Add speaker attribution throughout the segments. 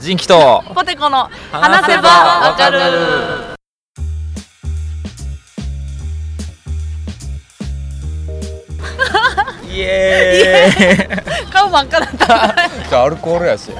Speaker 1: 人気と
Speaker 2: ポテコの
Speaker 1: 話
Speaker 2: 話
Speaker 1: せ
Speaker 2: せ
Speaker 1: ば
Speaker 2: ば
Speaker 1: わ
Speaker 2: わ
Speaker 1: か
Speaker 2: か
Speaker 1: る
Speaker 2: る
Speaker 1: イエーイ
Speaker 2: 顔真っ赤だった
Speaker 1: じゃあアルコールやし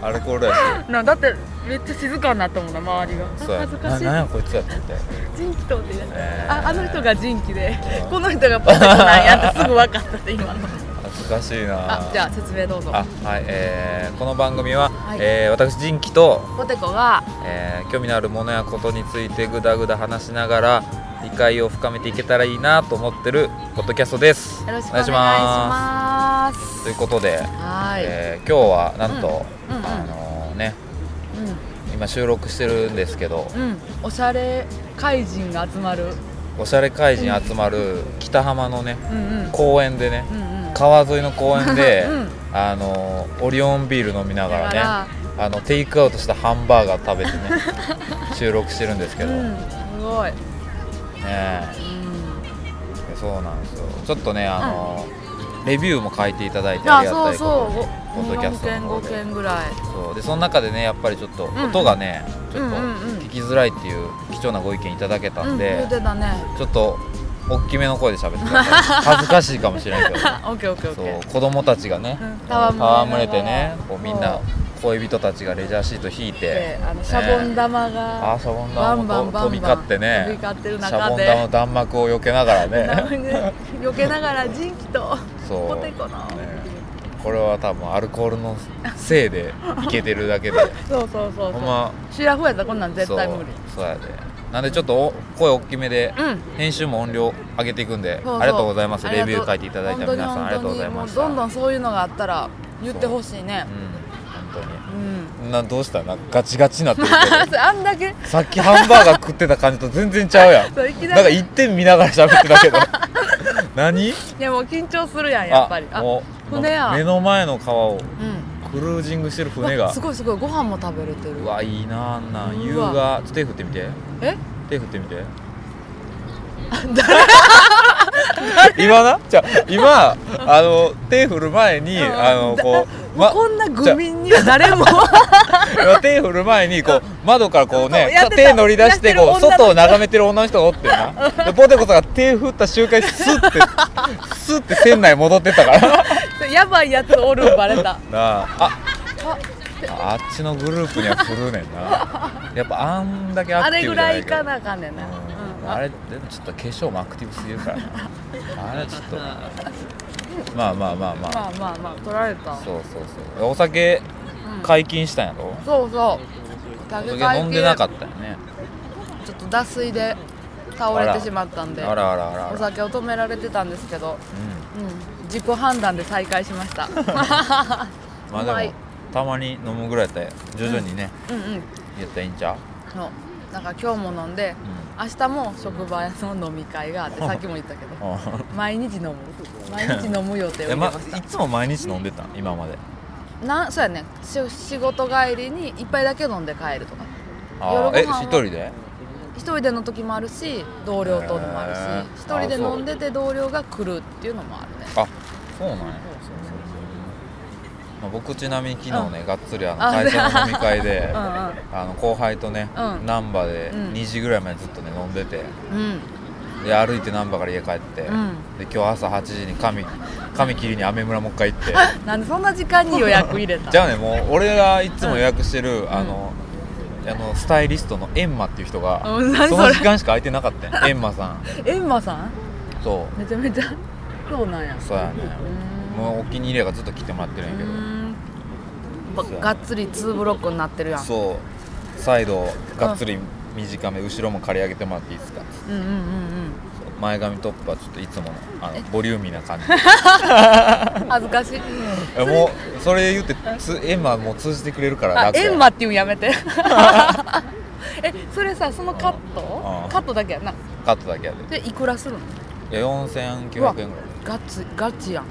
Speaker 1: アルコールやし
Speaker 2: なだってめっちゃ静かになったもんな周りが
Speaker 1: そうや
Speaker 2: 恥ず
Speaker 1: な
Speaker 2: かしい
Speaker 1: なんやこいつやってみたいな
Speaker 2: 人気とって言うや
Speaker 1: ね
Speaker 2: つああの人が人気で
Speaker 1: うん
Speaker 2: この人がポテコなんやってすぐ分かったって今の
Speaker 1: 恥ずかしいな
Speaker 2: あじゃあ説明どうぞ
Speaker 1: あはいえーこの番組は、
Speaker 2: はい
Speaker 1: えー私人気と、
Speaker 2: ポテコが
Speaker 1: えー興味のあるものやことについてぐだぐだ話しながら理解を深めていけたらいいなと思ってるポッドキャストです
Speaker 2: よろしくお願いしま
Speaker 1: ます
Speaker 2: す
Speaker 1: ということで、
Speaker 2: はい
Speaker 1: えー今日はなんと、
Speaker 2: うんうんうん
Speaker 1: あのね今収録してるんですけど
Speaker 2: うんうんおしゃれ怪人が集まる
Speaker 1: おしゃれ怪人集まる北浜のね
Speaker 2: うんうん
Speaker 1: 公園でね
Speaker 2: うんうん
Speaker 1: 川沿いの公園で、
Speaker 2: うん
Speaker 1: あのオリオンビール飲みながらね
Speaker 2: だから
Speaker 1: あのテイクアウトしたハンバーガー食べてね 収録してるんですけど、
Speaker 2: う
Speaker 1: ね
Speaker 2: んすごい
Speaker 1: え
Speaker 2: うん
Speaker 1: そうなんですよちょっとねあの、レビューも書いていただいてあ
Speaker 2: あ
Speaker 1: りが
Speaker 2: そ
Speaker 1: た
Speaker 2: う
Speaker 1: い
Speaker 2: そ
Speaker 1: こ
Speaker 2: う
Speaker 1: とにポッドキャ
Speaker 2: 4
Speaker 1: ストの
Speaker 2: 件
Speaker 1: 方
Speaker 2: 5
Speaker 1: で
Speaker 2: 件ぐらい
Speaker 1: そうでその中でねやっぱりちょっと
Speaker 2: ん
Speaker 1: 音がね、
Speaker 2: うんうん
Speaker 1: ちょっ
Speaker 2: うん
Speaker 1: と聞きづらいっていう貴重なご意見いただけた
Speaker 2: うんん
Speaker 1: で、
Speaker 2: 言うてたね
Speaker 1: ちょっと大きめの声で喋ってください 恥ずかしいかもしれないけど
Speaker 2: あオッケーオッケーオッ
Speaker 1: そ
Speaker 2: ケー
Speaker 1: う子供たちがね、
Speaker 2: うん
Speaker 1: 戯れてねこうみんな
Speaker 2: そ
Speaker 1: 恋人たちがレジャーシート引いて
Speaker 2: で、あのシャボン
Speaker 1: ね
Speaker 2: 玉
Speaker 1: あ
Speaker 2: が
Speaker 1: ーシャボン
Speaker 2: バ
Speaker 1: 玉
Speaker 2: ンバンバン
Speaker 1: も
Speaker 2: バン
Speaker 1: 飛び交ってね
Speaker 2: 飛び交ってる
Speaker 1: シャボ
Speaker 2: 中
Speaker 1: ン玉
Speaker 2: で
Speaker 1: の弾幕を避けながら ね
Speaker 2: 避けながら人気と
Speaker 1: そう
Speaker 2: ポテコの
Speaker 1: ねこれは多分アルコールのせいでいけてるだけ で
Speaker 2: そうそうそう
Speaker 1: ほ
Speaker 2: そ
Speaker 1: ん
Speaker 2: う
Speaker 1: ま
Speaker 2: シラフやったらこんなん絶対無理
Speaker 1: そうそうやでなんでちょっとお声大きめで、
Speaker 2: うん
Speaker 1: 編集も音量上げていくんで
Speaker 2: そうそう
Speaker 1: ありがとうございます
Speaker 2: あり
Speaker 1: レ
Speaker 2: がとう
Speaker 1: ビュー書いていただいた皆さんありがとうございました
Speaker 2: 本当に本当にもうどんどんそういうのがあったら言ってほしいね
Speaker 1: うん本
Speaker 2: うん
Speaker 1: 当になどうしたなガチガチになってるけ
Speaker 2: あんだけ
Speaker 1: どさっきハンバーガー食ってた感じと全然ちゃうやん
Speaker 2: そういき
Speaker 1: な
Speaker 2: なん
Speaker 1: か
Speaker 2: り
Speaker 1: 一点見ながら喋ってた けど何
Speaker 2: でもう緊張するやんやっぱり
Speaker 1: あ
Speaker 2: あ
Speaker 1: もう
Speaker 2: 船や
Speaker 1: 目の前の川を
Speaker 2: うん
Speaker 1: クルージングしてる船
Speaker 2: わ
Speaker 1: が
Speaker 2: すごいすごいご飯も食べれてる
Speaker 1: うわいいなあんなん優
Speaker 2: うわ
Speaker 1: 雅ちょっと手振ってみて
Speaker 2: え
Speaker 1: 手振ってみて今なじゃあ今あの手振る前に
Speaker 2: うん
Speaker 1: あのこう、
Speaker 2: もう
Speaker 1: ま、
Speaker 2: こんな愚民には誰も
Speaker 1: 今手振る前にこう窓からこう
Speaker 2: そう
Speaker 1: ね
Speaker 2: やってた
Speaker 1: 手乗り出して
Speaker 2: や
Speaker 1: こ
Speaker 2: っ
Speaker 1: う
Speaker 2: てる女の人
Speaker 1: 外を眺めてる女の人がおってなでポテコさんが手振った瞬間にスッてスッて船内戻ってったからな
Speaker 2: やばいやつおるんバレた
Speaker 1: あああっちのグループには振るねんなやっぱあんだけア
Speaker 2: あ
Speaker 1: クティ
Speaker 2: れ
Speaker 1: ブ
Speaker 2: ぐ
Speaker 1: じゃ
Speaker 2: ら
Speaker 1: ないい
Speaker 2: い
Speaker 1: けど
Speaker 2: かなあかんねんな、
Speaker 1: う
Speaker 2: うんん
Speaker 1: あれでもちょっと化粧もアクティブすぎる からなあれはちょっとまあまあまあまあ、
Speaker 2: まあまあまあ取られた
Speaker 1: そうそうそうお酒
Speaker 2: うん
Speaker 1: 解禁したんやろ、
Speaker 2: そうそう
Speaker 1: お酒飲んでなかったよね
Speaker 2: ちょっと脱水で倒れてしまったんで
Speaker 1: あらあらあらあ
Speaker 2: お
Speaker 1: ら、
Speaker 2: 酒を止められてたんですけ
Speaker 1: う
Speaker 2: ど、うん、自己判断で再開しまし た
Speaker 1: ん、まあでも、
Speaker 2: うまい
Speaker 1: たまに飲むぐらいやったら徐々にね、
Speaker 2: うんうん
Speaker 1: やったらいいんちゃう、
Speaker 2: そうなんか今日も飲んで
Speaker 1: う
Speaker 2: 明日も職場の飲み会があってさっきも言ったけど
Speaker 1: ん
Speaker 2: 毎日飲む毎日飲む予
Speaker 1: え
Speaker 2: 定を入れま
Speaker 1: ま、
Speaker 2: し
Speaker 1: いつも毎日飲んでたん今まで
Speaker 2: たなそうやねし仕事帰りに一杯だけ飲んで帰るとか
Speaker 1: あーえ
Speaker 2: 夜ご飯は
Speaker 1: 一人で
Speaker 2: 一人での時もあるし同僚とのもあるし
Speaker 1: へー
Speaker 2: 一人で飲んでて同僚が来るっていうのもあるね
Speaker 1: あそうなんや、まあ、僕ちなみに昨日ね、がっつりあの
Speaker 2: あ
Speaker 1: 会社の飲み会で
Speaker 2: うんうん
Speaker 1: あの後輩とね、
Speaker 2: うん
Speaker 1: 難波で
Speaker 2: うん
Speaker 1: 2時ぐらいまでずっとね飲んでて
Speaker 2: うん
Speaker 1: で歩いて難波から家帰って、
Speaker 2: うん
Speaker 1: で今日朝8時に髪髪切りに雨村もう一回行って
Speaker 2: なんでそんな時間に予約入れた
Speaker 1: じゃあねもう俺がいつも予約してる、あのあのスタイリストのエンマっていう人が、
Speaker 2: うん何それ
Speaker 1: の時間しか空いてなかったよエンマさん
Speaker 2: エンマさん
Speaker 1: そ
Speaker 2: めちゃめちゃそうなんや
Speaker 1: うそうやねもうお気に入りやからずっと来てもらってるんやけど、
Speaker 2: ばがっつり2ブロックになってるやん
Speaker 1: そうサイドがっつり短め後ろも刈り上げてもらっていいですか
Speaker 2: うんうんうんうん
Speaker 1: 前髪トップはちょっといつものあのボリューミーな感じ
Speaker 2: 恥ずかしい
Speaker 1: えもうそれ言ってつエンマもう通じてくれるから
Speaker 2: あ
Speaker 1: 楽や
Speaker 2: エンマっていうのや めてえそれさそのカット
Speaker 1: うん
Speaker 2: カットだけやんな
Speaker 1: カットだけやで
Speaker 2: でいくらするの
Speaker 1: いや4900円ぐ
Speaker 2: う
Speaker 1: ら
Speaker 2: わ
Speaker 1: い
Speaker 2: ガチガチやん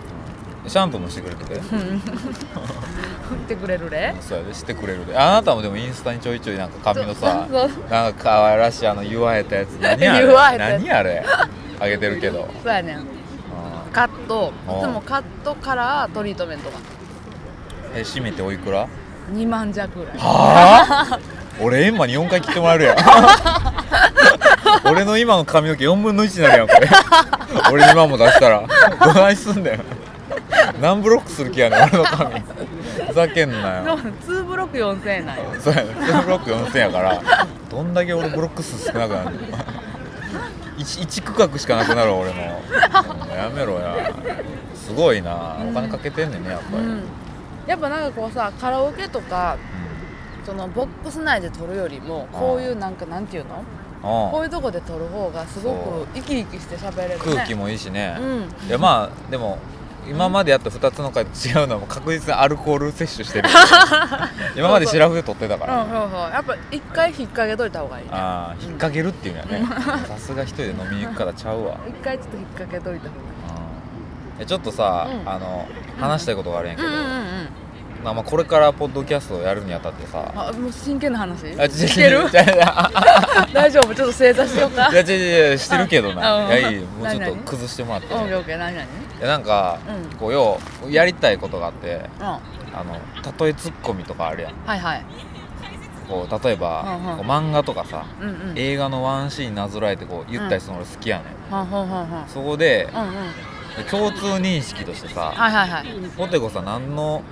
Speaker 1: シャンプーもしてくれてて
Speaker 2: 振ってくれるれ
Speaker 1: そうやでしてくれるであなたもでもインスタにちょいちょいなんか髪のさ
Speaker 2: そう
Speaker 1: なんか可愛らしいあの湯あえたやつ何 あれ
Speaker 2: 湯あえたやつ
Speaker 1: 何あれあげてるけど
Speaker 2: そうやねん
Speaker 1: あ
Speaker 2: カット
Speaker 1: うん
Speaker 2: いつもカットカラートリートメントが
Speaker 1: ーえ締めておいくら
Speaker 2: 2万弱ぐらい
Speaker 1: はあ 俺エンマに4回切ってもらえるやん 俺の今の髪の毛4分の1になるやんこれ俺今も出したらどないすんだよ何ブロックする気やねん俺の髪ふざけんなよ
Speaker 2: 2ブロック4000円なんよ
Speaker 1: そうやね1ブロック4000やからどんだけ俺ブロック数少なくなるの一一区画しかなくなるわ俺ももうやめろやすごいなお金かけてんねんねやっぱり、
Speaker 2: うんやっぱなんかこうさカラオケとかそのボックス内で撮るよりもこういうなんかなんていうの
Speaker 1: うん
Speaker 2: こういうとこで撮る方がすご
Speaker 1: そう
Speaker 2: く生き生きして喋れるね
Speaker 1: 空気もいいしね、
Speaker 2: うん
Speaker 1: いやまあでも今までやった2つの回と違うのはもう確実にアルコール摂取してる 今までシラフで取ってたか
Speaker 2: うん
Speaker 1: ら、
Speaker 2: そうそうやっぱ一回引っ掛けといた方がいいね
Speaker 1: ああ引っ掛けるっていうんやねさすが一人で飲みに行くからちゃうわ
Speaker 2: 一回ちょっと引っ掛けといた方がいい
Speaker 1: うんえちょっとさ、
Speaker 2: うん
Speaker 1: あの話したいことがあるんやけ
Speaker 2: う
Speaker 1: ど、
Speaker 2: んうんうんうん
Speaker 1: まあ、まあこれからポッドキャストをやるにあたってさ
Speaker 2: あもう真剣な話
Speaker 1: あちょ
Speaker 2: いける
Speaker 1: ちょちょ
Speaker 2: 大丈夫ちょっと正座しようか
Speaker 1: いや違う違うしてるけどな
Speaker 2: あ
Speaker 1: いや
Speaker 2: うん
Speaker 1: いいもうちょっと崩してもらって
Speaker 2: オッケーオッケー何何
Speaker 1: いやなんか、
Speaker 2: うん
Speaker 1: こうようやりたいことがあって
Speaker 2: う
Speaker 1: あの例えツッコミとかあるやん
Speaker 2: んはいはい
Speaker 1: こう例えば、
Speaker 2: うんうん
Speaker 1: こう漫画とかさ、
Speaker 2: うんうん
Speaker 1: 映画のワンシーンなぞらえてこう言ったりするの俺好きやねん、
Speaker 2: はんはんはんはん
Speaker 1: そこで
Speaker 2: うんうん
Speaker 1: 共通認識としてさ
Speaker 2: はいはいはいうん
Speaker 1: ポテコさん何の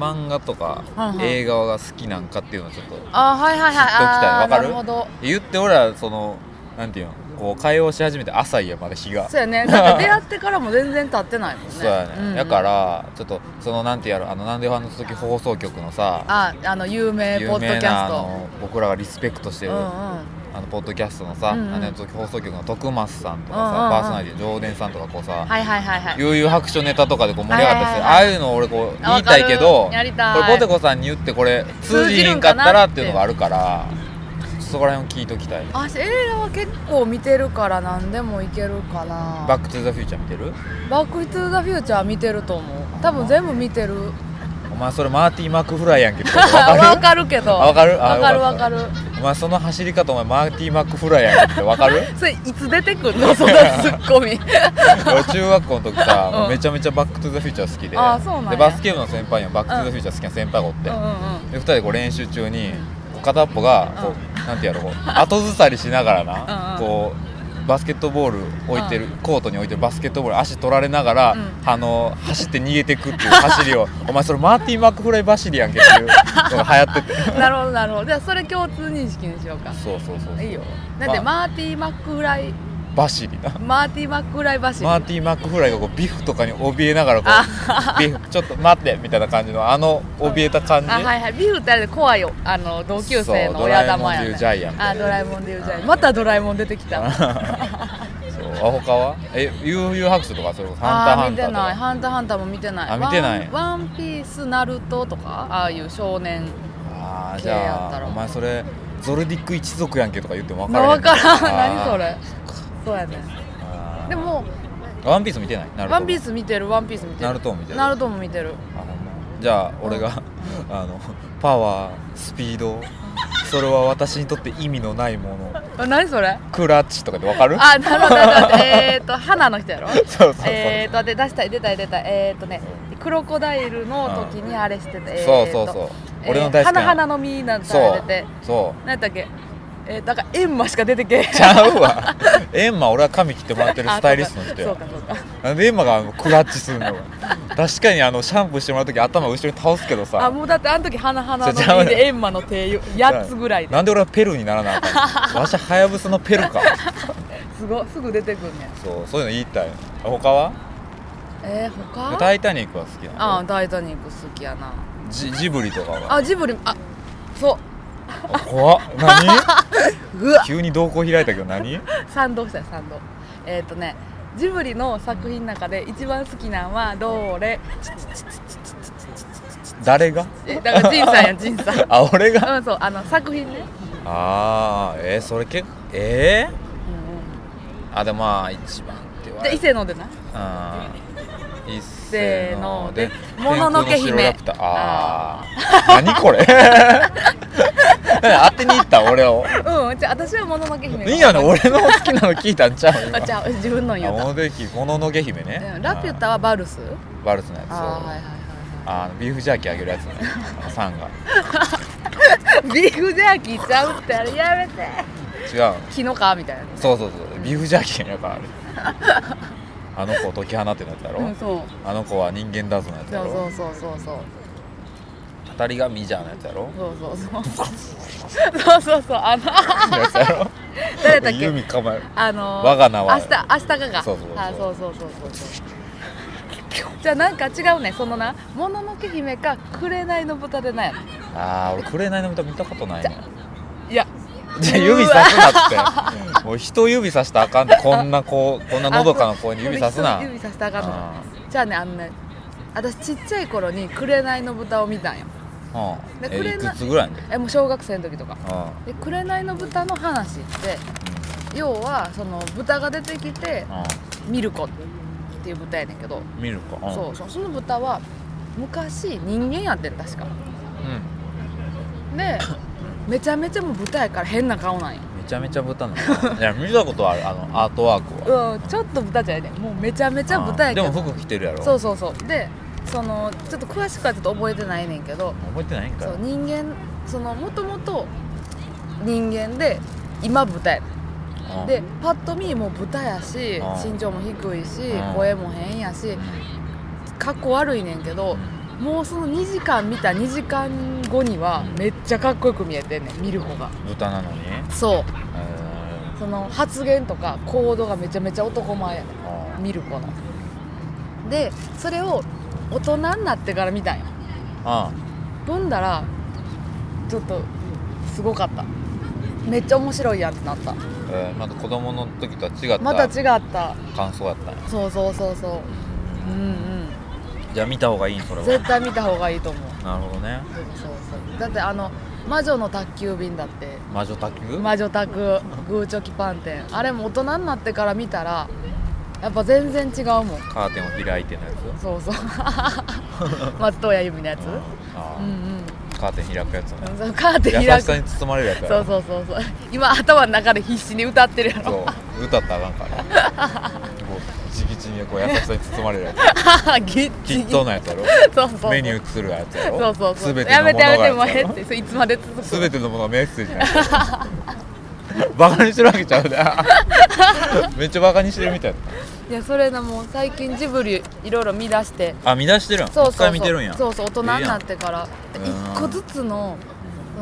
Speaker 1: 漫画とか
Speaker 2: うんうん
Speaker 1: 映画が好きなんかっていうのをちょっと
Speaker 2: あはいはいはいあ
Speaker 1: わか
Speaker 2: ーな
Speaker 1: る
Speaker 2: るほど
Speaker 1: 言って俺らそのなんていうのこう会話し始めて朝いやまだ日が
Speaker 2: そう やねだって出会ってからも全然経ってないもんね
Speaker 1: そうやね、
Speaker 2: んん
Speaker 1: だからちょっとそのなんてやろあのなんでファンの時放送局のさ
Speaker 2: ああの有名ポ
Speaker 1: 有
Speaker 2: ッドキ
Speaker 1: 名な
Speaker 2: ャ
Speaker 1: あ
Speaker 2: スト
Speaker 1: の僕らがリスペクトして
Speaker 2: う
Speaker 1: る、
Speaker 2: んうん
Speaker 1: あのポッドキャストのさ、
Speaker 2: うんうん
Speaker 1: あの時放送局の徳松さんとかさ、
Speaker 2: うんうんうん
Speaker 1: パーソナリティの常連さんとかこうさ、
Speaker 2: はいはいはいはい
Speaker 1: 悠々白書ネタとかでこう盛り上がったりする、
Speaker 2: はいはいはい
Speaker 1: ああいうのを俺こう
Speaker 2: あ
Speaker 1: 言いたいけ
Speaker 2: わ
Speaker 1: ど
Speaker 2: かるやりたい
Speaker 1: これポテコさんに言ってこれ通
Speaker 2: 通
Speaker 1: じ
Speaker 2: じ
Speaker 1: る
Speaker 2: る
Speaker 1: ん
Speaker 2: ん
Speaker 1: か
Speaker 2: か
Speaker 1: ったら
Speaker 2: な
Speaker 1: っ
Speaker 2: ってて
Speaker 1: いうのがあるからそこら辺を聞いときたい「
Speaker 2: あ映画は結構見てるから何でもいけるかな
Speaker 1: バック・トゥ・ザ・フューチャー」見てる
Speaker 2: バック・トゥ・ザ・フューチャー見てると思う多分全部見てる
Speaker 1: お前それマーティー・マクフライやんけ
Speaker 2: 分
Speaker 1: わか
Speaker 2: か
Speaker 1: る
Speaker 2: るけど
Speaker 1: あわかるあ
Speaker 2: 分かる
Speaker 1: わ
Speaker 2: 分
Speaker 1: か
Speaker 2: か
Speaker 1: る
Speaker 2: る
Speaker 1: お前その走り方お前マーティー・マクフライやんけってわかる
Speaker 2: それいつ出てくんのそのツッコミ
Speaker 1: 俺中学校の時さ、
Speaker 2: うん
Speaker 1: めちゃめちゃバック・トゥ・ザ・フューチャー好きで
Speaker 2: あそうなんや
Speaker 1: でバスケ部の先輩にはバック・トゥ・ザ・フューチャー好きな先輩がおって、で2人でこう練習中にこう片っぽがこう、なんてやろうこう後ずさりしながらな、
Speaker 2: うんう
Speaker 1: こうバスケットボール置いてる、コートに置いてるバスケットボール足取られながら、
Speaker 2: うん
Speaker 1: あの走って逃げてくっていう走りを お前それマーティー・マックフライ走りやんけっていうのが流行ってて
Speaker 2: なるほどなるほどじゃあそれ共通認識にしようか
Speaker 1: そうそうそうそう
Speaker 2: いいよだってマーティー・マックフライ
Speaker 1: バシリな
Speaker 2: マーティー・マックフライ走り
Speaker 1: マーティー・マックフライがこうビフとかに怯えながらこうビフちょっと待ってみたいな感じのあの怯えた感じ、
Speaker 2: あはいはいビフってあれで怖いよあの同級生
Speaker 1: そう
Speaker 2: の親玉や
Speaker 1: ドラえもんでい
Speaker 2: ね
Speaker 1: うジャイアン
Speaker 2: あドラえもんでいうジャイアンまたドラえもん出てきた
Speaker 1: そうあ他はえ悠々白書とかそれこそハンター
Speaker 2: あ
Speaker 1: ハ
Speaker 2: ー
Speaker 1: ン
Speaker 2: 見
Speaker 1: ターと
Speaker 2: てない
Speaker 1: か
Speaker 2: ハンターハンターも見てない
Speaker 1: あ見てない
Speaker 2: ワンワンピースナルトとかああいう少年
Speaker 1: ああじ
Speaker 2: 系やった
Speaker 1: ゃあ
Speaker 2: ら
Speaker 1: お前それゾルディック一族やんけとか言っても分からへん
Speaker 2: 分からん何
Speaker 1: あー
Speaker 2: それそうやね
Speaker 1: あー
Speaker 2: でも
Speaker 1: ワンピース見てないナルト
Speaker 2: ワンピース見てるワンピース見てる
Speaker 1: ナルトも見てる
Speaker 2: ナルトも見てる
Speaker 1: あほんまじゃあ俺があのパワースピードそれは私にとって意味のないもの
Speaker 2: あ何 それ
Speaker 1: クラッチとかで分かる
Speaker 2: あなるほどなるほどえっ、ー、と花の人やろ
Speaker 1: そうそう そう
Speaker 2: えっ、ー、とで出したい出たい出たいえっ、ー、とねクロコダイルの時にあれしてた、えー
Speaker 1: そうそ
Speaker 2: と
Speaker 1: うそう俺の大好きな
Speaker 2: えー花花の実なんて
Speaker 1: そ
Speaker 2: あれ
Speaker 1: う
Speaker 2: て
Speaker 1: そ
Speaker 2: 何やったっけえー、だからエンマしか出てけ
Speaker 1: うちゃうわエンマ俺は髪切ってもらってるスタイリストの人
Speaker 2: そ
Speaker 1: や
Speaker 2: うかそうかそうか
Speaker 1: なんでエンマがあのクラッチするの確かにあのシャンプーしてもらう時頭後ろに倒すけどさ
Speaker 2: あもうだってあの時花花の
Speaker 1: じゃあ
Speaker 2: 実でエンマの手8つ ぐらいで
Speaker 1: なんで俺はペルにならなあかんのわしはやぶさのペルか
Speaker 2: すごいすぐ出てくんねん
Speaker 1: そうそういうの言いたいあ他は
Speaker 2: えー、他
Speaker 1: タイタニックは好きなの
Speaker 2: あタイタニック好きやな
Speaker 1: ジジブリとかは
Speaker 2: あジブリあそ
Speaker 1: あ怖っ何
Speaker 2: ううわ
Speaker 1: 急に瞳孔開いたけど何
Speaker 2: 賛同したよ賛同えっ、とねジブリの作品の中で一番好きなんはどれ
Speaker 1: 誰が
Speaker 2: えだからジンさんやジンさん
Speaker 1: あ俺が
Speaker 2: うんそうあの作品ね
Speaker 1: ああえー、それ結構え
Speaker 2: うんうん
Speaker 1: ー、あでもまあ一番って言わ
Speaker 2: じ
Speaker 1: れ
Speaker 2: ゃあ伊勢のでな
Speaker 1: あー一
Speaker 2: せーので
Speaker 1: せー
Speaker 2: もののけ姫
Speaker 1: 天空の城ラピュタああ何これ 何当てにいった俺を
Speaker 2: うんじゃあ私はもののけ姫が
Speaker 1: いいやね俺の好きなの聞いたんちゃう今
Speaker 2: あじゃあ自分の言
Speaker 1: あ
Speaker 2: う
Speaker 1: もののけ姫もののけ姫
Speaker 2: た、う
Speaker 1: ね
Speaker 2: ん、ラピュタはバルス
Speaker 1: バルスのやつ
Speaker 2: あーはいはいはいは
Speaker 1: あのビーフジャーキーあげるやつねあのさんが
Speaker 2: ビーフジャーキーちゃうってあれやめて
Speaker 1: 違うの
Speaker 2: キノカみたいなね
Speaker 1: そうそうそうビーフジャーキーやからあれあの子を解き放ってなやつだろ、
Speaker 2: うんそう
Speaker 1: あの子は人間だぞのやつ
Speaker 2: そ
Speaker 1: だ
Speaker 2: う
Speaker 1: ろ
Speaker 2: そうそうそうそう
Speaker 1: 当たりがミジャーのやつやろ
Speaker 2: そうそうそうそうそうそうあの
Speaker 1: やつやろ
Speaker 2: 誰だ っけ
Speaker 1: 弓構える
Speaker 2: あの
Speaker 1: 我が名は
Speaker 2: 明日明日がが
Speaker 1: そうそうそう
Speaker 2: あそうそうそうそうそうじゃあなんか違うねそのな「もののけ姫」か「紅の豚」でなんやろ
Speaker 1: ああ俺紅の歌見たことないね
Speaker 2: いや
Speaker 1: じゃあ指さすなってもう人指さしたらあかんってこんな子こんなのどかな子に指さすな
Speaker 2: あそう指さしたらあかんの
Speaker 1: あ
Speaker 2: じゃあねあのね私ちっちゃい頃に「紅の豚」を見たんよ
Speaker 1: あ
Speaker 2: で
Speaker 1: えい
Speaker 2: 紅
Speaker 1: くつぐらいに
Speaker 2: えもう小学生の時とか
Speaker 1: あ
Speaker 2: で「紅の豚」の話って要はその豚が出てきて
Speaker 1: あ
Speaker 2: ミルコっていう豚やねんけど
Speaker 1: 見るか
Speaker 2: そうそうその豚は昔人間やってん確か
Speaker 1: うん、うん、
Speaker 2: でめちゃめちゃもう豚やから変な顔なんや
Speaker 1: めちゃめちゃ豚なの いや見たことあるあのアートワークは
Speaker 2: うんちょっと豚じゃないねもうめちゃめちゃ豚やけ
Speaker 1: で
Speaker 2: ど
Speaker 1: も服着てるやろ
Speaker 2: そうそうそうでそのちょっと詳しくはちょっと覚えてないねんけど
Speaker 1: 覚えてないんか
Speaker 2: そ
Speaker 1: いう
Speaker 2: 人間そのもともと人間で今豚やねん
Speaker 1: うん
Speaker 2: でパッと見もう豚やし
Speaker 1: うん
Speaker 2: 身長も低いし
Speaker 1: うん
Speaker 2: 声も変やしかっこ悪いねんけどもうその2時間見た2時間後にはめっちゃかっこよく見えてんねんミルコが
Speaker 1: 豚なのに
Speaker 2: そう
Speaker 1: えー
Speaker 2: その発言とか行動がめちゃめちゃ男前やね
Speaker 1: あ
Speaker 2: んミルコのでそれを大人になってから見たんよ
Speaker 1: あ
Speaker 2: ほんだらちょっとすごかっためっちゃ面白いやんってなった
Speaker 1: えーまた子供の時とは違った
Speaker 2: また違った
Speaker 1: 感想やったんや
Speaker 2: そうそうそうそううん
Speaker 1: じゃあ見た方がいいんそれ
Speaker 2: うん
Speaker 1: は
Speaker 2: 絶対見た方がいいと思う
Speaker 1: なるほどね
Speaker 2: そうそうそうだってあの魔女の宅急便だって
Speaker 1: 魔女卓球
Speaker 2: 魔女宅グーチョキパン店あれも大人になってから見たらやっぱ全然違うもん
Speaker 1: カーテンを開いてのやつ
Speaker 2: そう そう松任谷由実のやつ
Speaker 1: うんあ
Speaker 2: うんうん
Speaker 1: ーカーテン開くやつね
Speaker 2: そうカーテ
Speaker 1: 優
Speaker 2: ン開
Speaker 1: し
Speaker 2: く
Speaker 1: さに包まれるやつや
Speaker 2: そう
Speaker 1: ろ
Speaker 2: そうそうそう今頭の中で必死に歌ってるやろ
Speaker 1: そう歌ったらあかんからこ うちぎちぎこう優しさに包まれるやつ
Speaker 2: ギ
Speaker 1: き
Speaker 2: ッチギ
Speaker 1: っとのやつやろ
Speaker 2: そうそうそう
Speaker 1: 目に映るやつやろ
Speaker 2: そうそうそう
Speaker 1: 全ての
Speaker 2: や
Speaker 1: も
Speaker 2: め
Speaker 1: の
Speaker 2: て
Speaker 1: が
Speaker 2: やめて
Speaker 1: や
Speaker 2: もう
Speaker 1: つや
Speaker 2: ええ
Speaker 1: ろ
Speaker 2: ってそういつまで続く
Speaker 1: 全てのものがメッセージなんやバカにしてるわけちゃ うなめっちゃバカにしてるみたい
Speaker 2: いやそれなもう最近ジブリいろいろ見出して
Speaker 1: なあ見出してるん一
Speaker 2: そうそうそ
Speaker 1: 回
Speaker 2: う
Speaker 1: 見てるんや
Speaker 2: そうそう大人になってから
Speaker 1: ええやん
Speaker 2: 一個ずつの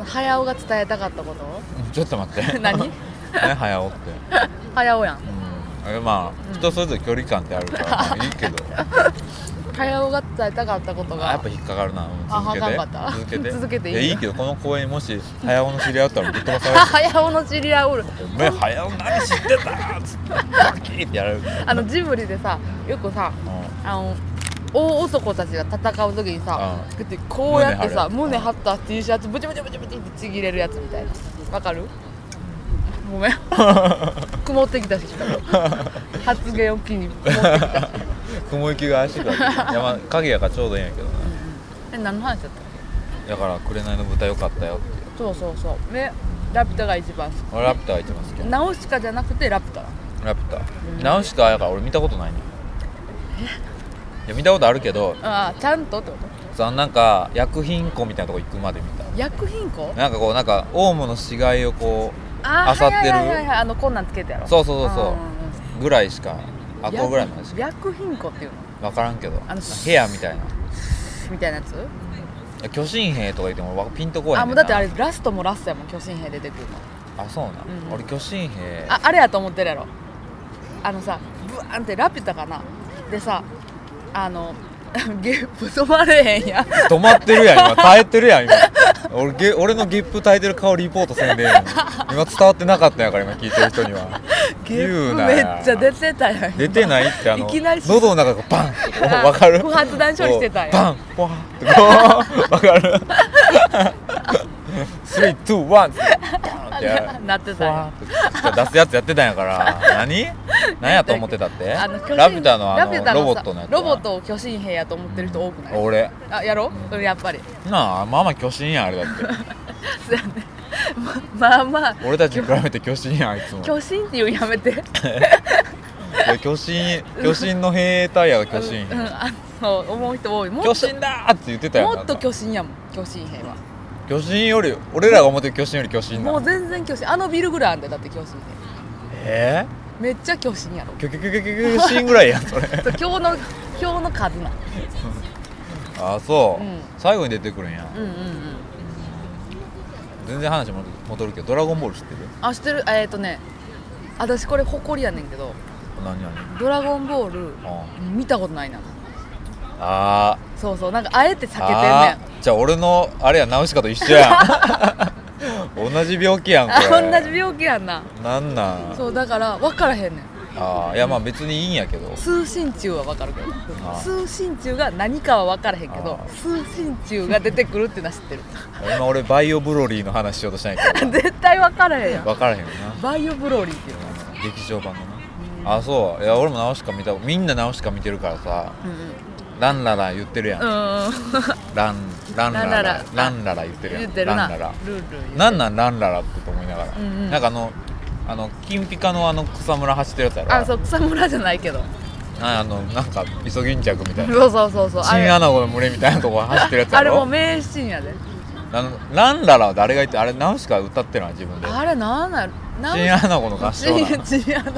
Speaker 2: 早尾が伝えたかったこと
Speaker 1: うんちょっと待って
Speaker 2: 何
Speaker 1: ね早おって
Speaker 2: 早尾やん
Speaker 1: うんあれまあ、人それぞれ距離感ってあるからまあいいけ ど
Speaker 2: 早尾が伝えたかったこと
Speaker 1: あやっ
Speaker 2: が
Speaker 1: ぱ引っかかるな、うん
Speaker 2: あ
Speaker 1: 続けて
Speaker 2: あかんかった
Speaker 1: 続けて
Speaker 2: 続けていい
Speaker 1: や
Speaker 2: よ
Speaker 1: いいけどこの公園にもし早尾の知り合いだったらぶっ飛ばされる
Speaker 2: 早尾の知り合いおる
Speaker 1: お 前早尾何知ってたっつってバキーってやられるうん
Speaker 2: あのジブリでさよくさあの大男たちが戦う時にさ
Speaker 1: うん
Speaker 2: こうやってこうやってさ
Speaker 1: 胸
Speaker 2: 胸
Speaker 1: 張
Speaker 2: 張った T シャツブチブチブチブチってちぎれるやつみたいなわかる ごめん曇ってきたし発言を 機に曇ってきた
Speaker 1: 雲行きが怪しいから山影やからちょうどいいんやけどな
Speaker 2: え何の話だった
Speaker 1: だから「紅の豚良かったよ」って
Speaker 2: そうそうそうねラピュタが一番好
Speaker 1: 俺ラピュタが一番好き
Speaker 2: き
Speaker 1: や
Speaker 2: ナオシカじゃなくてラピュタな
Speaker 1: ラピュタナウシカやから俺見たことないねんいや見たことあるけど
Speaker 2: ああちゃんとってこと
Speaker 1: そのなんか薬品庫みたいなとこ行くまで見た
Speaker 2: 薬品庫
Speaker 1: なんかこうなんかオウムの死骸をこ
Speaker 2: ああ
Speaker 1: 漁ってる
Speaker 2: はいはいはいはいあのこんなんつけてやろ
Speaker 1: うそうそうそう
Speaker 2: うん
Speaker 1: そ
Speaker 2: うんうん
Speaker 1: うぐらいしかあこうぐらいまでしか
Speaker 2: 薬品庫っていうの
Speaker 1: 分からんけど
Speaker 2: あの
Speaker 1: 部屋みたいな
Speaker 2: みたいなやつ
Speaker 1: 巨神兵とか言っても俺ピンとこうへんね
Speaker 2: あも
Speaker 1: ん
Speaker 2: う
Speaker 1: な
Speaker 2: だってあれラストもラストやもん巨神兵出てくるの
Speaker 1: あそうなん
Speaker 2: うん
Speaker 1: 俺巨神兵
Speaker 2: ああれやと思ってるやろあのさブワーンってラピュタかなでさあの ゲップ止まれへんやん
Speaker 1: 止まってるやん今耐えてるやん今俺ゲ俺のゲップ耐えてる顔リポートせんでええのに今伝わってなかったんやから今聞いてる人には
Speaker 2: ゲッ
Speaker 1: 言う
Speaker 2: プ
Speaker 1: な
Speaker 2: めっちゃ出てたやん
Speaker 1: 出てないってあの
Speaker 2: いきなり
Speaker 1: 喉の中がバン
Speaker 2: あ
Speaker 1: わかる
Speaker 2: 不発弾処理してたんや
Speaker 1: バンポワってこうわかるスリーツーワンってバンってやる
Speaker 2: なって
Speaker 1: ポ
Speaker 2: たや
Speaker 1: ワって出すやつやってたんやから 何何やと思ってたって
Speaker 2: んあの巨神
Speaker 1: ラピュタのあ
Speaker 2: ラピュタ
Speaker 1: のロボッ
Speaker 2: さ
Speaker 1: トのやつは
Speaker 2: ロボットを巨神兵やと思ってる人多くない
Speaker 1: 俺
Speaker 2: あやろうんやっぱり
Speaker 1: なあまあまあ巨神やんあれだって
Speaker 2: そうやねままあまあ
Speaker 1: 俺たちに比べて巨神やんあいつも
Speaker 2: 巨神っていうのやめ て
Speaker 1: いや巨神巨神の兵隊やが巨神
Speaker 2: うんうんあそう思う人多いもっと
Speaker 1: 巨神だーって言ってたよ
Speaker 2: もっと
Speaker 1: 巨
Speaker 2: 巨神やもん巨神兵は
Speaker 1: 巨神より俺らが思ってる巨神より巨神
Speaker 2: も
Speaker 1: だ
Speaker 2: う全然巨神あのビルぐらいあんだよだって巨神兵
Speaker 1: え
Speaker 2: めっちゃ巨神やろ
Speaker 1: ー、巨巨巨巨巨巨神ぐらいやんそれ
Speaker 2: そう今日の 今日の数な
Speaker 1: あそう、
Speaker 2: うん
Speaker 1: 最後に出てくるんや
Speaker 2: うんうんうん
Speaker 1: 全然話戻る戻るけど「ドラゴンボール」知ってる
Speaker 2: あ知ってるえっ、ー、とね私これ誇りやねんけど
Speaker 1: 何何
Speaker 2: 「ドラゴンボール
Speaker 1: あ」
Speaker 2: 見たことないな
Speaker 1: あ
Speaker 2: そうそうなんかあえて避けてん
Speaker 1: あ
Speaker 2: ねん
Speaker 1: ーじゃあ俺のあれや直しかと一緒や ん同じ病気やんこ
Speaker 2: あ
Speaker 1: れ
Speaker 2: 同じ病気やんな
Speaker 1: なんなん
Speaker 2: そうだから分からへんねん
Speaker 1: あーいやまあ別にいいんやけど
Speaker 2: 通信中は分かるけど
Speaker 1: あ
Speaker 2: 通信中が何かは分からへんけど
Speaker 1: あ
Speaker 2: 通信中が出てくるってのは知ってる
Speaker 1: 今俺バイオブロリーの話しようとしたんやけど
Speaker 2: 絶対分からへんやん
Speaker 1: 分からへんよな
Speaker 2: バイオブロリーっていうの
Speaker 1: 劇場版のなあそういや俺も直しか見たみんな直しか見てるからさ
Speaker 2: うん
Speaker 1: ランララ言ってるやん、
Speaker 2: うんうん
Speaker 1: ランランララ
Speaker 2: ランララ
Speaker 1: ランララ言ってるやん
Speaker 2: 言ってる
Speaker 1: ラ
Speaker 2: な
Speaker 1: ンララ
Speaker 2: ルール言う
Speaker 1: なんなんランララってと思いながら、
Speaker 2: うんうん
Speaker 1: なんかあのあの金ピカのあの草むら走ってるやつやろ
Speaker 2: あそう草むらじゃないけど
Speaker 1: ああのなんかイソギンチャクみたいな
Speaker 2: そうそうそうそうあ
Speaker 1: チ
Speaker 2: れ
Speaker 1: ンアナゴの群れみたいなとこ走ってるやつや
Speaker 2: あれ
Speaker 1: ろ
Speaker 2: もう名シーンやで
Speaker 1: あのランララは誰が言ってあれナウシカ歌ってるの自分で
Speaker 2: あれなんなんなん
Speaker 1: チンアナゴの合唱 な
Speaker 2: チンチンアナ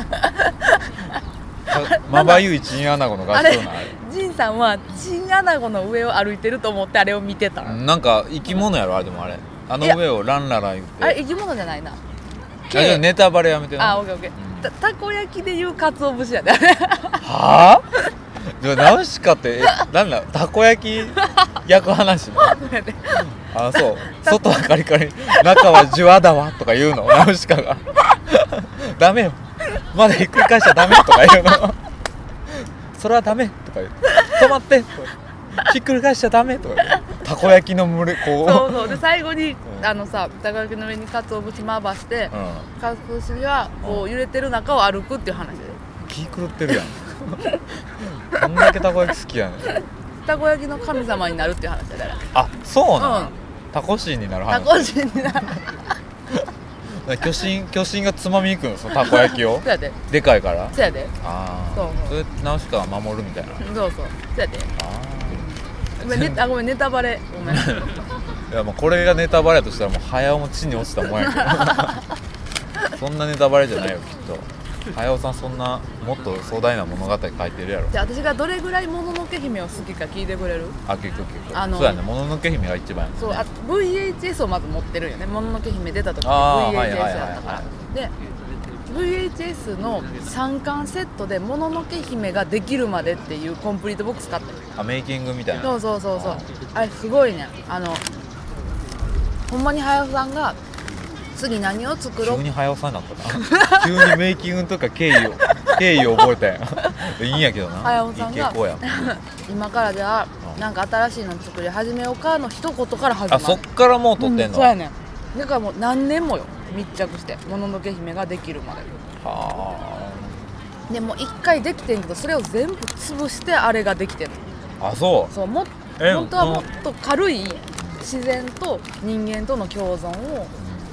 Speaker 1: まばゆいチンアナゴの合
Speaker 2: あ
Speaker 1: 唱
Speaker 2: れ
Speaker 1: なあ
Speaker 2: ジンさんはチンアナゴの上を歩いてると思ってあれを見てた
Speaker 1: れなんか生き物やろあれでもあれあの上をランララ言って
Speaker 2: あれ生き物じゃないな
Speaker 1: あじゃあネタバレやめてな
Speaker 2: あオッケーオッケーたたこ焼きで言うかつお節やであれ
Speaker 1: はあじゃあナウシカってえなんだたこ焼き焼く話なのあそう外はカリカリ中はジュワだわとか言うのナウシカがダメよまだひっくり返しちゃダメとか言うのそれはダメとか言う止まってとかひっくり返しちゃダメとか言うたこ焼きの群れ
Speaker 2: そ
Speaker 1: こ
Speaker 2: うそうで最後に、
Speaker 1: うん
Speaker 2: あのさたこ焼きの上にかつお節まばして
Speaker 1: う、うん
Speaker 2: かつお節はこう揺れてる中を歩くっていう話で
Speaker 1: 気狂ってるやんこんだけたこ焼き好きやねん
Speaker 2: たこ焼きの神様になるっていう話だか
Speaker 1: あそうなの、
Speaker 2: うん
Speaker 1: タコシーになる
Speaker 2: ら
Speaker 1: 話
Speaker 2: たこ人になる
Speaker 1: 巨神巨神がつまみに行くのそのたこ焼き を
Speaker 2: そうやで
Speaker 1: でかいから
Speaker 2: そうやで
Speaker 1: ああ
Speaker 2: そう
Speaker 1: それナウシカは守るみたいな
Speaker 2: そうそうそうやで
Speaker 1: あ
Speaker 2: ごめんねあごめんネタバレ ごめん
Speaker 1: ーいやもうこれがネタバレやとしたらもう早尾も地に落ちたもんやけ どそんなネタバレじゃないよきっと早尾さんそんなもっと壮大な物語書いてるやろ
Speaker 2: じゃあ私がどれぐらいもののけ姫を好きか聞いてくれる
Speaker 1: あ結局結局
Speaker 2: あの
Speaker 1: そうやねもののけ姫が一番やもんね
Speaker 2: そうあ VHS をまず持ってるんよね「もののけ姫」出た時に
Speaker 1: あーはいは
Speaker 2: VHS
Speaker 1: いはい
Speaker 2: やったからで VHS の3巻セットで「もののけ姫」ができるまでっていうコンプリートボックス買ったよ
Speaker 1: あメイキングみたいな
Speaker 2: そうそうそうそうあれすごいねあのほんまに林さんが次何を作ろ
Speaker 1: 急
Speaker 2: う
Speaker 1: に早尾さんになったな 急にメイキングとか経緯を経緯を覚えた やんいいんやけどな
Speaker 2: 早尾さん
Speaker 1: いい
Speaker 2: が
Speaker 1: 傾向やん
Speaker 2: 今からじゃ
Speaker 1: う
Speaker 2: あ
Speaker 1: ん
Speaker 2: なんか新しいの作り始めようかの一言から始まる
Speaker 1: あそっからもう撮ってん
Speaker 2: う
Speaker 1: の、
Speaker 2: そうやねんだからもう何年もよ密着して「もののけ姫」ができるまで
Speaker 1: は
Speaker 2: でもう一回できてんけどそれを全部潰してあれができてる
Speaker 1: ああそう
Speaker 2: そうも
Speaker 1: え
Speaker 2: 本当はもっと軽い自然と人間との共存を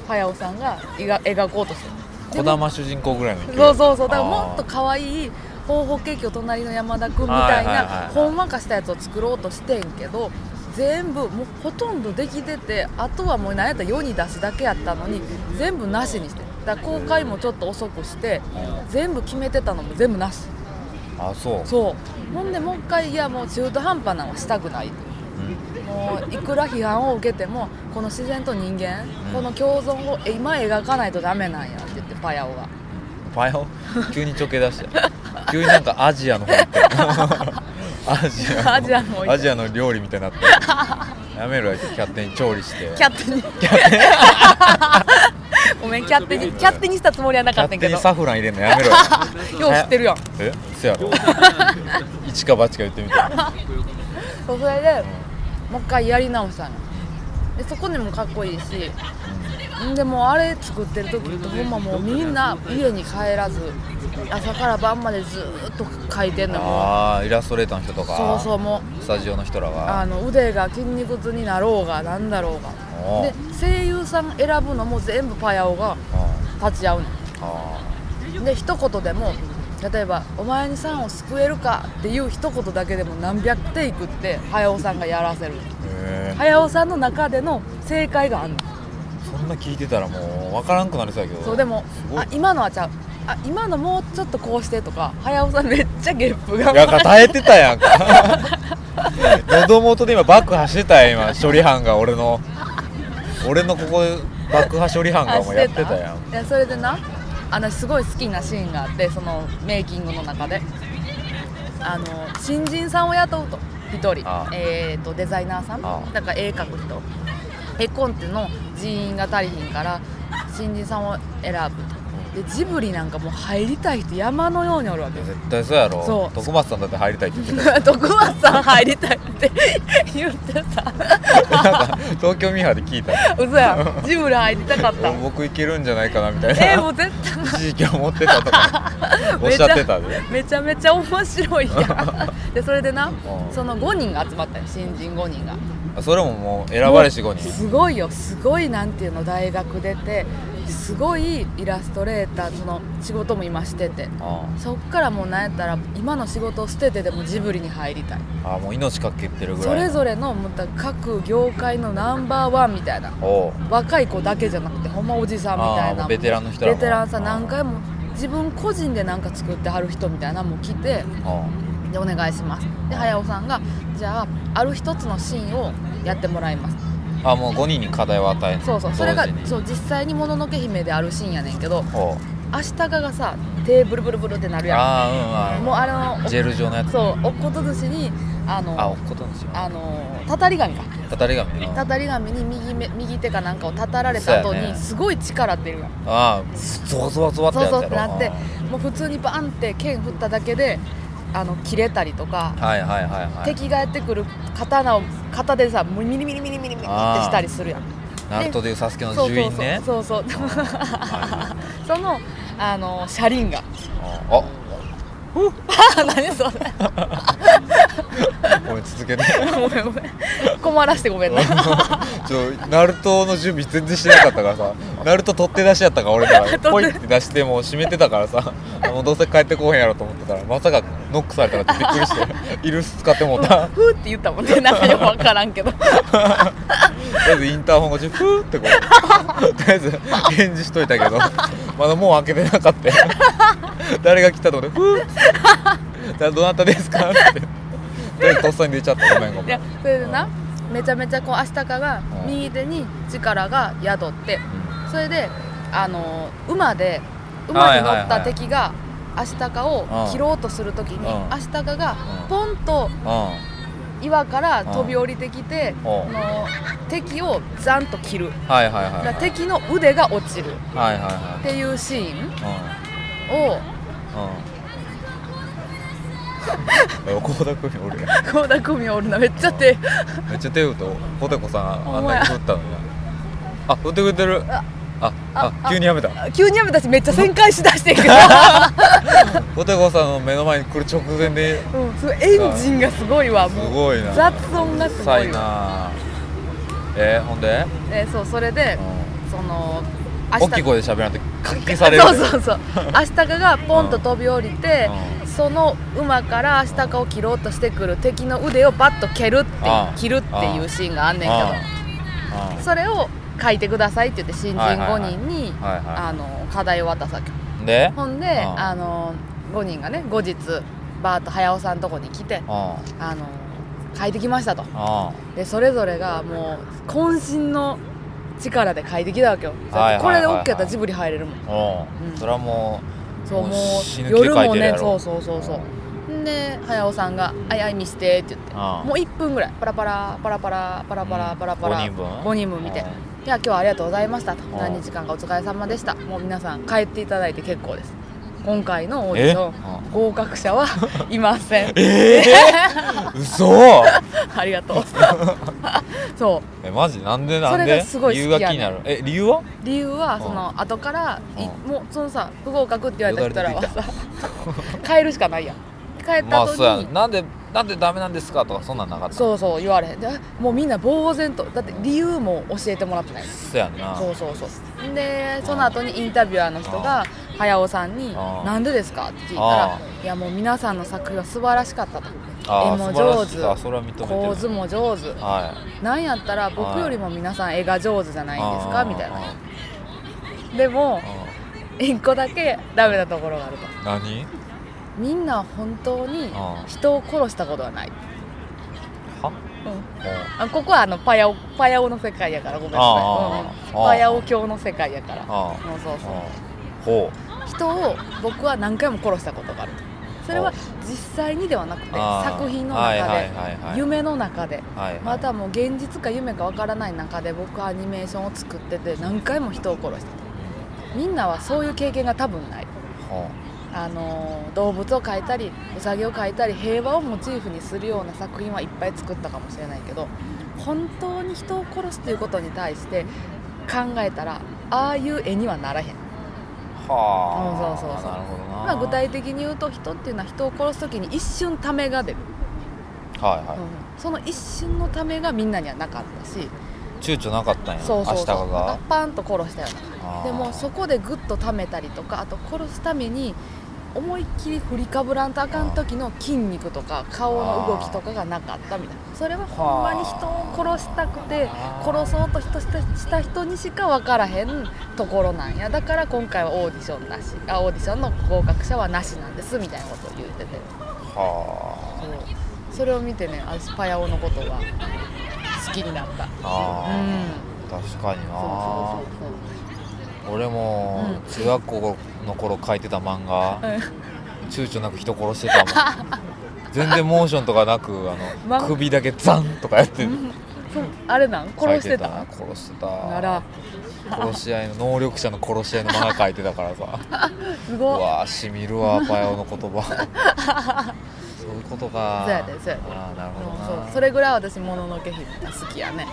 Speaker 2: 早尾さんが描描こうとしてる
Speaker 1: 児
Speaker 2: でも
Speaker 1: 玉主人公ぐらいの勢い
Speaker 2: そうそうそうだからもっと
Speaker 1: あ
Speaker 2: 可愛い方法ケーキを隣の山田君みたい
Speaker 1: はいはいはいは
Speaker 2: ないほんわかしたやつを作ろうとしてんけど全部もうほとんどできててあとはもう何やったら世に出すだけやったのに全部なしにしてるだから公開もちょっと遅くして
Speaker 1: ー
Speaker 2: 全部決めてたのも全部なし
Speaker 1: あそう
Speaker 2: そうほんでもう一回いやもう中途半端なのはしたくない
Speaker 1: うん
Speaker 2: もういくら批判を受けてもこの自然と人間この共存を今描かないとダメなんやって言ってパヤオが
Speaker 1: パヤオ急にちょけ出した急になんかアジアの方 行ってアジアの
Speaker 2: アジアの方行って
Speaker 1: アジアの料理みたいになってるやめろよ勝手に調理して
Speaker 2: キャッテにごめんキャッテにキャッテにしたつもりはなかっ
Speaker 1: 勝
Speaker 2: たんやけ
Speaker 1: 手
Speaker 2: ど
Speaker 1: に
Speaker 2: よ
Speaker 1: サフラン入れんのやめろよ
Speaker 2: う知ってるやん
Speaker 1: えせやろ一か八か言ってみて
Speaker 2: そうそれでもう一回やり直したのでそこにもかっこいいしんでもうあれ作ってる時ってほんまもうみんな家に帰らず朝から晩までずーっと書いてんのもう
Speaker 1: ああイラストレーターの人とか
Speaker 2: そうそうもう
Speaker 1: スタジオの人らが
Speaker 2: あの腕が筋肉痛になろうがなんだろうが
Speaker 1: おう
Speaker 2: で声優さん選ぶのも全部パヤオが
Speaker 1: あ
Speaker 2: 立ち会うの
Speaker 1: あ
Speaker 2: で一言でも例えば「お前にさんを救えるか」っていう一言だけでも何百テイクって早尾さんがやらせる
Speaker 1: へえ
Speaker 2: 早尾さんの中での正解があるの
Speaker 1: そんな聞いてたらもう分からんくなりそうやけど
Speaker 2: そうでも
Speaker 1: すごい
Speaker 2: あ今のはちゃうあ今のもうちょっとこうしてとか早尾さんめっちゃゲップが
Speaker 1: いや耐えてたやんか 喉元で今爆破してたやん今処理班が俺の俺のここ爆破処理班がもうやってたやん
Speaker 2: いやそれでなあのすごい好きなシーンがあってそのメイキングの中であの新人さんを雇うと1人
Speaker 1: ああ
Speaker 2: えー、とデザイナーさん
Speaker 1: ああ
Speaker 2: なんか絵描く人絵コンテの人員が足りひんから新人さんを選ぶでジブリなんかもう入りたい人山のようにおるわけ
Speaker 1: いや絶対そうやろ
Speaker 2: そう
Speaker 1: 徳松さんだって入りたいって言って
Speaker 2: 徳松さん入りたいって言って
Speaker 1: た
Speaker 2: た
Speaker 1: なんか 東京ミーハーで聞いた
Speaker 2: 嘘やんジブリ入りた かった
Speaker 1: お僕いけるんじゃないかなみたい
Speaker 2: え
Speaker 1: な
Speaker 2: もう絶対
Speaker 1: 一時期思ってたと かおっしゃってたで
Speaker 2: めちゃ めちゃ面白いやん でそれでな
Speaker 1: うん
Speaker 2: その5人が集まったよ新人5人が
Speaker 1: あそれももう選ばれし後に
Speaker 2: すごいよすごいなんていうの大学出てすごいイラストレーターその仕事も今してて
Speaker 1: あ
Speaker 2: そっからもうなんやったら今の仕事を捨ててでもジブリに入りたい
Speaker 1: ああもう命かけてるぐ
Speaker 2: そ
Speaker 1: らい
Speaker 2: れ
Speaker 1: れ
Speaker 2: ぞれのまた各業界のナンバーワンみたいな
Speaker 1: おう
Speaker 2: 若い子だけじゃなくてほんまおじさんみたい
Speaker 1: あーも
Speaker 2: な
Speaker 1: うベテランの人ら
Speaker 2: ベ
Speaker 1: も
Speaker 2: テランさ
Speaker 1: あー
Speaker 2: 何回も自分個人で何か作ってはる人みたいなのも来て
Speaker 1: あ
Speaker 2: でお願いしますで早尾さんがじゃあある一つのシーンをやってもらいます
Speaker 1: ああもう5人に課題を与え
Speaker 2: そうそうそれが
Speaker 1: 同時に
Speaker 2: そう実際に「もののけ姫」であるシーンやねんけど
Speaker 1: おう
Speaker 2: 明日香がさ手ブルブルブルってなるや
Speaker 1: ああうんあ
Speaker 2: ん
Speaker 1: ー
Speaker 2: もうあの
Speaker 1: ジェル状のやつ
Speaker 2: そうおっこと寿司にあの
Speaker 1: あおっことんし
Speaker 2: あのたたり神か
Speaker 1: たたり紙
Speaker 2: た
Speaker 1: あ
Speaker 2: たり神に右目右手かなんかをたたられた後
Speaker 1: そうや
Speaker 2: に
Speaker 1: ね
Speaker 2: すごい力出るやん
Speaker 1: あーゾワゾワゾワって
Speaker 2: そう
Speaker 1: やつや
Speaker 2: そ
Speaker 1: ろ
Speaker 2: うってなってもう普通にバンって剣振っただけであの切れたりとか
Speaker 1: あーはいはいはいはい
Speaker 2: 敵がやってくる刀を片手でさもうミリミリミリミリミリってしたりするやん
Speaker 1: ナルトでいうサスケの
Speaker 2: そう
Speaker 1: 住
Speaker 2: そう
Speaker 1: 人ね
Speaker 2: そうそうそうそのあの車輪が
Speaker 1: あ
Speaker 2: 何それ
Speaker 1: あごめん続けて
Speaker 2: ごめんごめん困らしてごめんな
Speaker 1: ちょナルトの準備全然してなかったからさナルト取って出しやったから俺ら
Speaker 2: 手
Speaker 1: ポイって出してもう閉めてたからさあのどうせ帰ってこうへんやろと思ってたらまさかノックされたらびっくり してイルス使ってもうた
Speaker 2: ふーって言ったも んねなんかよく分からんけど
Speaker 1: とりあえずインターホン越しふーってこうとりあえず返事しといたけどまだもう開けてなかったよ誰が来たと思ってふーってだどなたですかってとりあえずとっさに出ちゃったごめんご
Speaker 2: い
Speaker 1: めん
Speaker 2: やそれでなめちゃめちゃこう明日香が右手に力が宿ってそれであの馬で馬に乗った敵がアシタカを切ろうとするときに
Speaker 1: うん
Speaker 2: アシタカが
Speaker 1: うん
Speaker 2: ポンと
Speaker 1: う
Speaker 2: 岩から飛び降りてきて
Speaker 1: うん
Speaker 2: あの敵をザンと切る
Speaker 1: んはいはいはい
Speaker 2: だ
Speaker 1: はい
Speaker 2: か
Speaker 1: は
Speaker 2: ら
Speaker 1: い
Speaker 2: 敵の腕が落ちるっ
Speaker 1: はいは
Speaker 2: ていうシーン
Speaker 1: い
Speaker 2: を
Speaker 1: うんうん倖田來未俺
Speaker 2: 倖田來未おるなめっちゃ手
Speaker 1: めっちゃ手打とポテコさん
Speaker 2: ほ
Speaker 1: あ
Speaker 2: ん
Speaker 1: ん
Speaker 2: ま
Speaker 1: な
Speaker 2: や
Speaker 1: に振ったのにあ振ってくれてる
Speaker 2: あ
Speaker 1: あ
Speaker 2: あ
Speaker 1: あ急にやめた
Speaker 2: 急にやめたしめっちゃ旋回しだしてんけど、
Speaker 1: ポテコさんの目の前に来る直前で
Speaker 2: うん、すごいエンジンがすごいわ
Speaker 1: す
Speaker 2: もう
Speaker 1: ごいな
Speaker 2: 雑音がすご
Speaker 1: 臭
Speaker 2: い
Speaker 1: い
Speaker 2: わ
Speaker 1: なえー、ほんで、
Speaker 2: えーそうそれでその明日
Speaker 1: 大きい声で喋らんとかき消される
Speaker 2: そうそうそうアシタカがポンと飛び降りて、
Speaker 1: う
Speaker 2: その馬からアシタカを切ろうとしてくる敵の腕をバッと蹴るって
Speaker 1: ああ
Speaker 2: 切るっていうシーンがあんねん
Speaker 1: あ
Speaker 2: けど
Speaker 1: あ
Speaker 2: それを書いてくださいって言って新人
Speaker 1: はいはいはい
Speaker 2: 5人
Speaker 1: はい
Speaker 2: に、
Speaker 1: はい
Speaker 2: あの課題を渡すわけ
Speaker 1: あで
Speaker 2: ほんで
Speaker 1: あ
Speaker 2: あの5人がね後日バーッと早尾さんとこに来て
Speaker 1: あ
Speaker 2: あの書いてきましたと
Speaker 1: あ
Speaker 2: でそれぞれがもう渾身の力で書いてきたわけよ、
Speaker 1: はいはいはいはい
Speaker 2: これで OK やったらジブリ入れるもん
Speaker 1: ああ
Speaker 2: うん
Speaker 1: それはもう
Speaker 2: そうも
Speaker 1: 死
Speaker 2: う
Speaker 1: ぬ気で
Speaker 2: 夜
Speaker 1: 書い
Speaker 2: も
Speaker 1: てる
Speaker 2: ね
Speaker 1: や
Speaker 2: そ
Speaker 1: ろ
Speaker 2: うそうそうそうほんで早尾さんが「あいあい見して」って言って
Speaker 1: ああ
Speaker 2: もう1分ぐらいパラパラパラパラパラパラパラパラ
Speaker 1: うん五人分
Speaker 2: 5人分見て
Speaker 1: ああ
Speaker 2: 「じゃあ今日はありがとうございました」と「
Speaker 1: ああ
Speaker 2: 何日間かお疲れ様でした」もう皆さん帰っていただいて結構です今回のオーディショ
Speaker 1: えああ
Speaker 2: ン合格者はいません
Speaker 1: ええ嘘
Speaker 2: ありがとう そう
Speaker 1: えマジなんでなんで
Speaker 2: それがすごい好きや
Speaker 1: 理由
Speaker 2: ね
Speaker 1: が気になるえ理由は
Speaker 2: 理由はその後からい
Speaker 1: うん
Speaker 2: もうそのさ不合格って言われた人らは
Speaker 1: よだ
Speaker 2: さ 帰るしかないやん帰った
Speaker 1: まあそう
Speaker 2: 後
Speaker 1: や
Speaker 2: に
Speaker 1: なんでなんでダメなんですかとかそんなんなかった
Speaker 2: そうそう言われへんでもうみんな呆然とだって理由も教えてもらってない
Speaker 1: そうやんな
Speaker 2: そうそうそうでその後にインタビュアーの人が早尾さんに
Speaker 1: あー
Speaker 2: 「なんでですか?」って聞いたら
Speaker 1: あ
Speaker 2: 「いやもう皆さんの作品は素晴らしかった」と「
Speaker 1: あ
Speaker 2: 絵
Speaker 1: あ
Speaker 2: も
Speaker 1: 素晴ら
Speaker 2: 上
Speaker 1: しいあ
Speaker 2: 手
Speaker 1: それは認めてる
Speaker 2: 構図も上手
Speaker 1: はい
Speaker 2: なんやったら僕よりも皆さん絵が上手じゃないんです
Speaker 1: あ
Speaker 2: か?」
Speaker 1: ー
Speaker 2: みたいな
Speaker 1: あ
Speaker 2: でも
Speaker 1: ー
Speaker 2: 一個だけダメなところがあると
Speaker 1: あー何
Speaker 2: みんな本当に
Speaker 1: あー
Speaker 2: 人を殺したことはない、
Speaker 1: は
Speaker 2: うん
Speaker 1: うん
Speaker 2: あここはあのパヤオパヤオの世界やからごめんなさ
Speaker 1: あー
Speaker 2: い、うん
Speaker 1: あー
Speaker 2: パヤオ教の世界やから
Speaker 1: あ
Speaker 2: そうそうそう
Speaker 1: あほう
Speaker 2: 人を僕は何回も殺したことがあるとそれは
Speaker 1: あ
Speaker 2: 実際にではなくて
Speaker 1: あー
Speaker 2: 作品の
Speaker 1: はい
Speaker 2: 中
Speaker 1: はい
Speaker 2: で
Speaker 1: はいはい
Speaker 2: 夢の中で
Speaker 1: はいはい
Speaker 2: またもう現実か夢かわからない中で僕はアニメーションを作ってて何回も人を殺したとみんなはそういう経験が多分ない
Speaker 1: ほ
Speaker 2: あのー動物を描いたりウサギを描いたり平和をモチーフにするような作品はいっぱい作ったかもしれないけど本当に人を殺すということに対して考えたらああいう絵にはならへん
Speaker 1: うはあ
Speaker 2: そうそうそうそう
Speaker 1: なるほどな
Speaker 2: まあ具体的に言うと人っていうのは人を殺す時に一瞬ためが出る、
Speaker 1: はいはい、
Speaker 2: うんその一瞬のためがみんなにはなかったし
Speaker 1: 躊躇なかったんや
Speaker 2: そうそうそう
Speaker 1: 明日が
Speaker 2: パンと殺したよう
Speaker 1: あ
Speaker 2: な
Speaker 1: ー
Speaker 2: でもそこでグッとためたりとかあと殺すために思いっきり振りかぶらんとあかん時の筋肉とか顔の動きとかがなかったみたいなそれはほんまに人を殺したくて
Speaker 1: あー
Speaker 2: 殺そうとしたした人にしか分からへんところなんやだから今回はオーディションなしあオーディションの合格者はなしなんですみたいなことを言ってて
Speaker 1: は
Speaker 2: そうそれを見てねアスパヤオのことが好きになった
Speaker 1: ああ
Speaker 2: うん
Speaker 1: ー、確かに
Speaker 2: そう
Speaker 1: な
Speaker 2: そうそうそう
Speaker 1: 俺も
Speaker 2: うん
Speaker 1: 中学校の頃書いてた漫画、
Speaker 2: う
Speaker 1: 躊躇なく人殺してた もん全然モーションとかなくあの、
Speaker 2: ま
Speaker 1: 首だけザンとかやって
Speaker 2: んそうあれなん殺してた
Speaker 1: 書いて殺してた
Speaker 2: あら
Speaker 1: 殺し合いの能力者の殺し合いの漫画書いてたからさ
Speaker 2: す
Speaker 1: う
Speaker 2: ごっ
Speaker 1: わーしみるわパヤオの言葉 そういうことか
Speaker 2: そうやでそうやで
Speaker 1: あーなる
Speaker 2: うん
Speaker 1: ほどな
Speaker 2: そうそれぐらい私もののけ姫が好きやね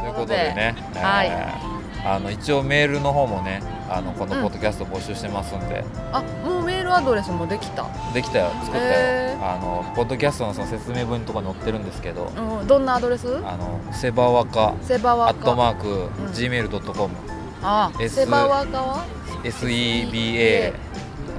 Speaker 1: ということでね、
Speaker 2: はい
Speaker 1: えーあの一応メールの方もねあのこのポッドキャスト募集してますんで、
Speaker 2: あもうメールアドレスもできた、
Speaker 1: できたよ作ったよ、
Speaker 2: へー
Speaker 1: あのポッドキャストのその説明文のとかに載ってるんですけど、
Speaker 2: うん、どんなアドレス
Speaker 1: あのセバワカ
Speaker 2: セバ
Speaker 1: ア
Speaker 2: ワ
Speaker 1: ット
Speaker 2: カ
Speaker 1: マーク、
Speaker 2: ん
Speaker 1: gmail.com
Speaker 2: あ
Speaker 1: S-
Speaker 2: セバワカは
Speaker 1: SEBA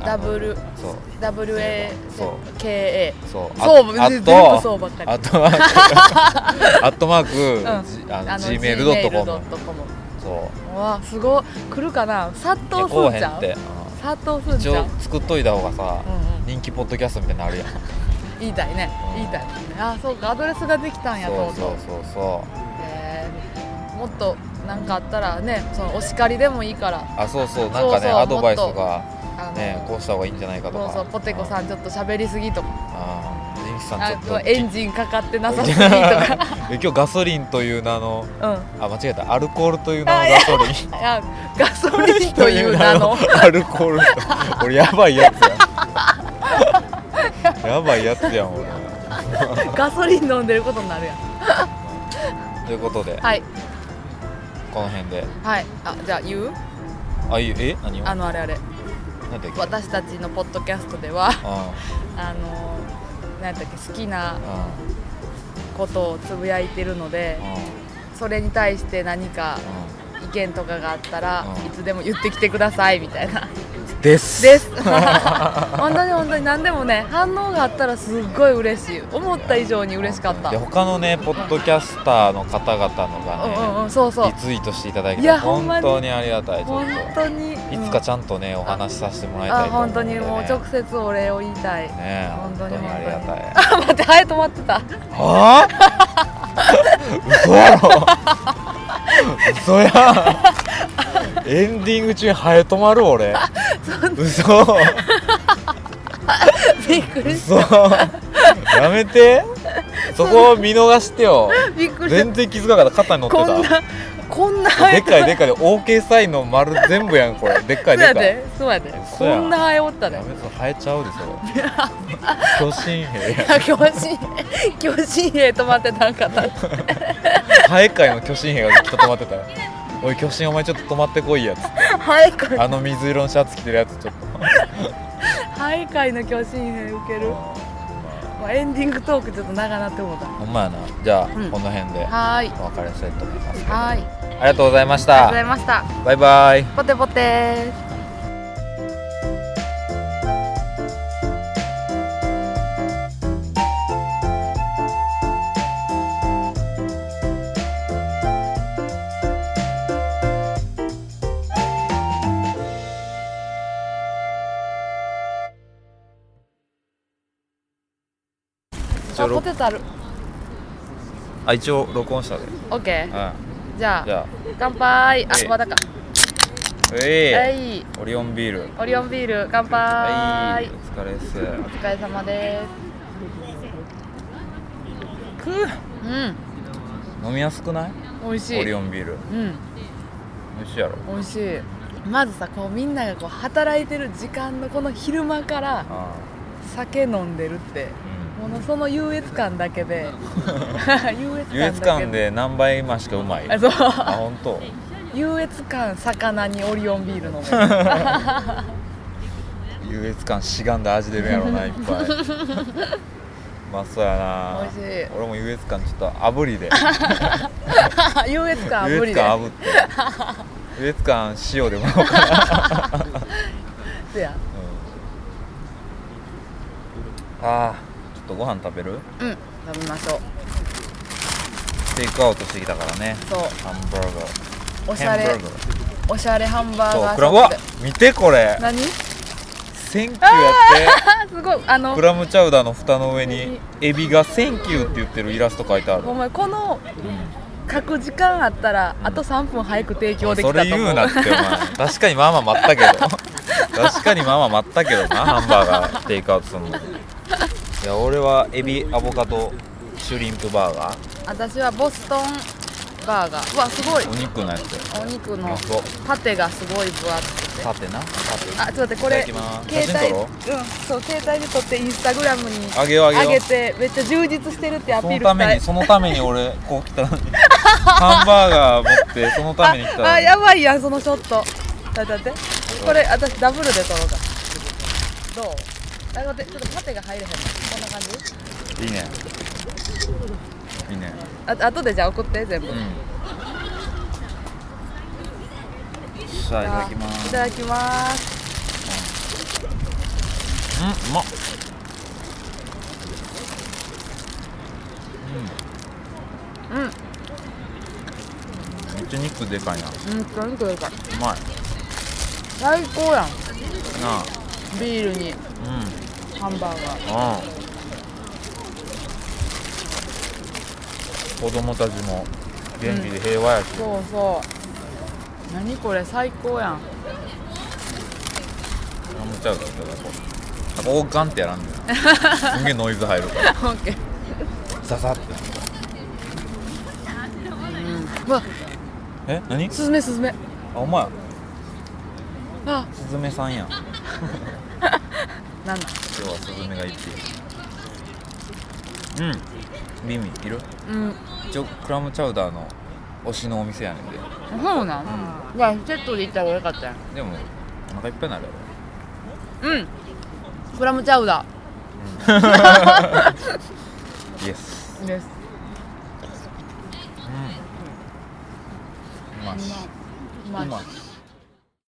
Speaker 1: あの
Speaker 2: W
Speaker 1: そうそう
Speaker 2: WAKA
Speaker 1: そう
Speaker 2: そう
Speaker 1: あ
Speaker 2: 全部
Speaker 1: あ
Speaker 2: そう
Speaker 1: と
Speaker 2: ばっかり
Speaker 1: アットマークアットマーク、
Speaker 2: う
Speaker 1: G- あの
Speaker 2: あの
Speaker 1: gmail.com
Speaker 2: gmail.com
Speaker 1: そう
Speaker 2: わすごい来るかな殺
Speaker 1: ういや
Speaker 2: 到
Speaker 1: こう
Speaker 2: すん
Speaker 1: へ
Speaker 2: ち
Speaker 1: ん
Speaker 2: ゃ
Speaker 1: っ
Speaker 2: う
Speaker 1: て、
Speaker 2: 殺到
Speaker 1: うん
Speaker 2: すん
Speaker 1: 一
Speaker 2: ちゃう
Speaker 1: 応作っといた方がさ、
Speaker 2: うんうん
Speaker 1: 人気ポッドキャストみたいなのあるやん
Speaker 2: 言いたいね
Speaker 1: うん
Speaker 2: 言いたいねあそうかアドレスができたんやとう
Speaker 1: そ
Speaker 2: と
Speaker 1: う
Speaker 2: う
Speaker 1: そうそうそう
Speaker 2: へえもっと何かあったらねそのお叱りでもいいから
Speaker 1: あそうそうなんかね
Speaker 2: そうそう
Speaker 1: アドバイスとか
Speaker 2: あの、
Speaker 1: ねこうした方がいいんじゃないかと
Speaker 2: そ
Speaker 1: か
Speaker 2: うそうポテコさんちょっと喋りすぎとか
Speaker 1: あージンキさん
Speaker 2: あ
Speaker 1: ちょっと
Speaker 2: とエン
Speaker 1: き
Speaker 2: ジンかかってなさすぎと か
Speaker 1: え今日ガソリンという名の
Speaker 2: うん
Speaker 1: あ間違えたアルコールという名のガソリン
Speaker 2: あガソリンという 名の
Speaker 1: アルコール俺やばいやつや やばいやつやん俺
Speaker 2: ガソリン飲んでることになるやん
Speaker 1: ということで
Speaker 2: はい
Speaker 1: この辺で
Speaker 2: はいあじゃあ言う
Speaker 1: あいいえ何を
Speaker 2: あ
Speaker 1: 何
Speaker 2: のあれあれ
Speaker 1: だっけ
Speaker 2: 私たちのポッドキャストでは
Speaker 1: あ
Speaker 2: あの何だっけ好き
Speaker 1: あ
Speaker 2: なことをつぶやいてるので
Speaker 1: あ
Speaker 2: それに対して何か意見とかがあったら
Speaker 1: うん
Speaker 2: いつでも言ってきてくださいみたいな
Speaker 1: です
Speaker 2: です 本当に本当に何でもね反応があったらすっごい嬉しい思った以上に嬉しかった
Speaker 1: で他のねポッドキャスターの方々のが
Speaker 2: う
Speaker 1: ね、
Speaker 2: んうんうんそうそう
Speaker 1: リツイートしていただい
Speaker 2: い
Speaker 1: て
Speaker 2: やほん
Speaker 1: 本
Speaker 2: まに
Speaker 1: 当にありがたいちょっ
Speaker 2: 本
Speaker 1: と
Speaker 2: 当に
Speaker 1: いつか
Speaker 2: ゃ
Speaker 1: ちゃんとねお話しさせてもらいた
Speaker 2: あ
Speaker 1: いと思う
Speaker 2: 本
Speaker 1: んで、
Speaker 2: 当
Speaker 1: ね、
Speaker 2: にもう直接お礼を言いたい
Speaker 1: ね
Speaker 2: 本
Speaker 1: 本
Speaker 2: 当
Speaker 1: 当
Speaker 2: に
Speaker 1: にありがたい
Speaker 2: あ待ってはい止まってた
Speaker 1: はあ嘘やろ嘘やんエンディング中にハエ止まる俺嘘
Speaker 2: びっくりし
Speaker 1: 嘘やめてそこを見逃してよ
Speaker 2: びっくりした
Speaker 1: 全然気づかなかった肩に乗って
Speaker 2: こ
Speaker 1: た
Speaker 2: んなこんな
Speaker 1: でっかいでっかいで OK サインの丸全部やんこれでっか
Speaker 2: そ
Speaker 1: いうでっ
Speaker 2: や
Speaker 1: かい
Speaker 2: でそうやで
Speaker 1: 嘘や
Speaker 2: こ
Speaker 1: ん
Speaker 2: んな早おったで
Speaker 1: やめろ生えちゃうでそれ巨神兵や
Speaker 2: 巨神巨神兵止まってたんかな
Speaker 1: 生え界の巨神兵がずっと止まってたよおい巨神お前ちょっと止まってこいやつって
Speaker 2: はいこ れ
Speaker 1: あの水色のシャツ着てるやつちょっと
Speaker 2: 徘徊の巨神兵受ける、まもうエンディングトークちょっと長なって思った
Speaker 1: ほんまやなじゃあ、
Speaker 2: うん
Speaker 1: この辺で
Speaker 2: はーい
Speaker 1: お別れしたいと思いますけど
Speaker 2: はーいあり
Speaker 1: ありがとうございまし
Speaker 2: がとうござい
Speaker 1: た
Speaker 2: ました
Speaker 1: バイバイ
Speaker 2: ポテポテ
Speaker 1: 一
Speaker 2: あ
Speaker 1: 応
Speaker 2: ポ
Speaker 1: 録
Speaker 2: テトある
Speaker 1: あ一応録音したで、
Speaker 2: オッケ
Speaker 1: うん、
Speaker 2: ー
Speaker 1: う
Speaker 2: じゃ
Speaker 1: じゃあ
Speaker 2: あ乾杯あ
Speaker 1: えい
Speaker 2: まだかは
Speaker 1: え
Speaker 2: い
Speaker 1: オリオンビール
Speaker 2: オリオンビール乾
Speaker 1: は
Speaker 2: 杯
Speaker 1: いお疲れっす
Speaker 2: お疲れ様です
Speaker 1: く
Speaker 2: うん
Speaker 1: 飲みやすくない
Speaker 2: 美味し
Speaker 1: オリ
Speaker 2: い
Speaker 1: オンビール
Speaker 2: うん
Speaker 1: 美味しいやろ
Speaker 2: 美味しいまずさこうみんながこう働いてる時間のこの昼間から
Speaker 1: あ
Speaker 2: 酒飲んでるって
Speaker 1: あうん
Speaker 2: もうその優越感だ けで優越感だけで
Speaker 1: 優越感で何倍今しかうまい
Speaker 2: あそう
Speaker 1: あ本当。
Speaker 2: 優越感魚にオリオンビール 飲む
Speaker 1: 優越感しがんだ味出るやろないっ ぱいまあそうやな
Speaker 2: 美味しい
Speaker 1: 俺も優越感ちょっと炙りで
Speaker 2: 優越感は
Speaker 1: 優
Speaker 2: 無理
Speaker 1: 越
Speaker 2: で
Speaker 1: 感炙って優越感塩でもらおうかな、
Speaker 2: すや
Speaker 1: うんああちょっとご飯食べる
Speaker 2: うん食べましょう
Speaker 1: テイクアウトしてきたからね
Speaker 2: そう
Speaker 1: ハンバーガー
Speaker 2: おしゃ
Speaker 1: ハ
Speaker 2: れ
Speaker 1: ンバーガー
Speaker 2: おしゃれハンバー
Speaker 1: そ
Speaker 2: ガ
Speaker 1: う
Speaker 2: ー
Speaker 1: クラ
Speaker 2: シ
Speaker 1: ムう
Speaker 2: ョッ
Speaker 1: わ
Speaker 2: プで
Speaker 1: 見てこれ
Speaker 2: 何
Speaker 1: センキューやって
Speaker 2: あすごいあ の
Speaker 1: クラムチャウダーの蓋の上にエビが「センキュー」って言ってるイラスト書いてある
Speaker 2: お前この書く時間あったらあと3分早く提供でき
Speaker 1: そ
Speaker 2: たと
Speaker 1: れ
Speaker 2: 思う
Speaker 1: 言うなってお前 確かにまあまあ待ったけど確かにまあまあ待ったけどな ハンバーガーテイクアウトするのいや俺はエビアボカドシュリンプバーガー
Speaker 2: 私はボストンバーガーうわすごい
Speaker 1: お肉のやつ
Speaker 2: お肉
Speaker 1: う
Speaker 2: の
Speaker 1: まそう
Speaker 2: パテがすごい分厚くて
Speaker 1: さてなさて
Speaker 2: あちょっと待ってこれ
Speaker 1: いただきます写真
Speaker 2: 携
Speaker 1: 撮
Speaker 2: 帯
Speaker 1: ろ
Speaker 2: うんそう携帯で撮ってインスタグラムに
Speaker 1: あげようあげよう
Speaker 2: 上げてめっちゃ充実してるってアピ
Speaker 1: その
Speaker 2: ールした
Speaker 1: た
Speaker 2: い
Speaker 1: めにそのために俺こう来 たのにハンバーガー持ってそのために来た
Speaker 2: あ
Speaker 1: の
Speaker 2: あ
Speaker 1: に
Speaker 2: やばいやんそのショットだってだってこれ私ダブルで撮ろうかどうあ待ってちょっとパテが入れへんのこんな感じ
Speaker 1: いいねいいね
Speaker 2: あ後でじゃあ送って全部、
Speaker 1: うんさあいただきます
Speaker 2: いただきます
Speaker 1: うん、うまっ
Speaker 2: うん
Speaker 1: めっちゃ肉でかいなう
Speaker 2: うんとにかく
Speaker 1: まい
Speaker 2: 最高や
Speaker 1: な
Speaker 2: ん
Speaker 1: あ
Speaker 2: ビールに
Speaker 1: うん
Speaker 2: ハンバーガー
Speaker 1: あ子供たちも元気で平和やし、
Speaker 2: そうそう何これ最高やん
Speaker 1: 飲むちゃうからいただこうここガンってやらんねんすんげえノイズ入るから
Speaker 2: オッケー
Speaker 1: ザザって
Speaker 2: うわ
Speaker 1: え何
Speaker 2: スズメスズメ
Speaker 1: あお前
Speaker 2: あ
Speaker 1: スズメさんやん今
Speaker 2: なん
Speaker 1: 日
Speaker 2: だ
Speaker 1: はスズメが一匹うんミミいる
Speaker 2: うん
Speaker 1: 一応クラムチャウダーの推しのお店やねんで
Speaker 2: そうなん、じゃあセットで行った方がよかったやん
Speaker 1: でもお腹いっぱいになるやろ
Speaker 2: うんクラムチャウダ
Speaker 1: イエス
Speaker 2: ーです
Speaker 1: うまし
Speaker 2: うまいう
Speaker 1: ま
Speaker 2: ま
Speaker 1: い
Speaker 2: い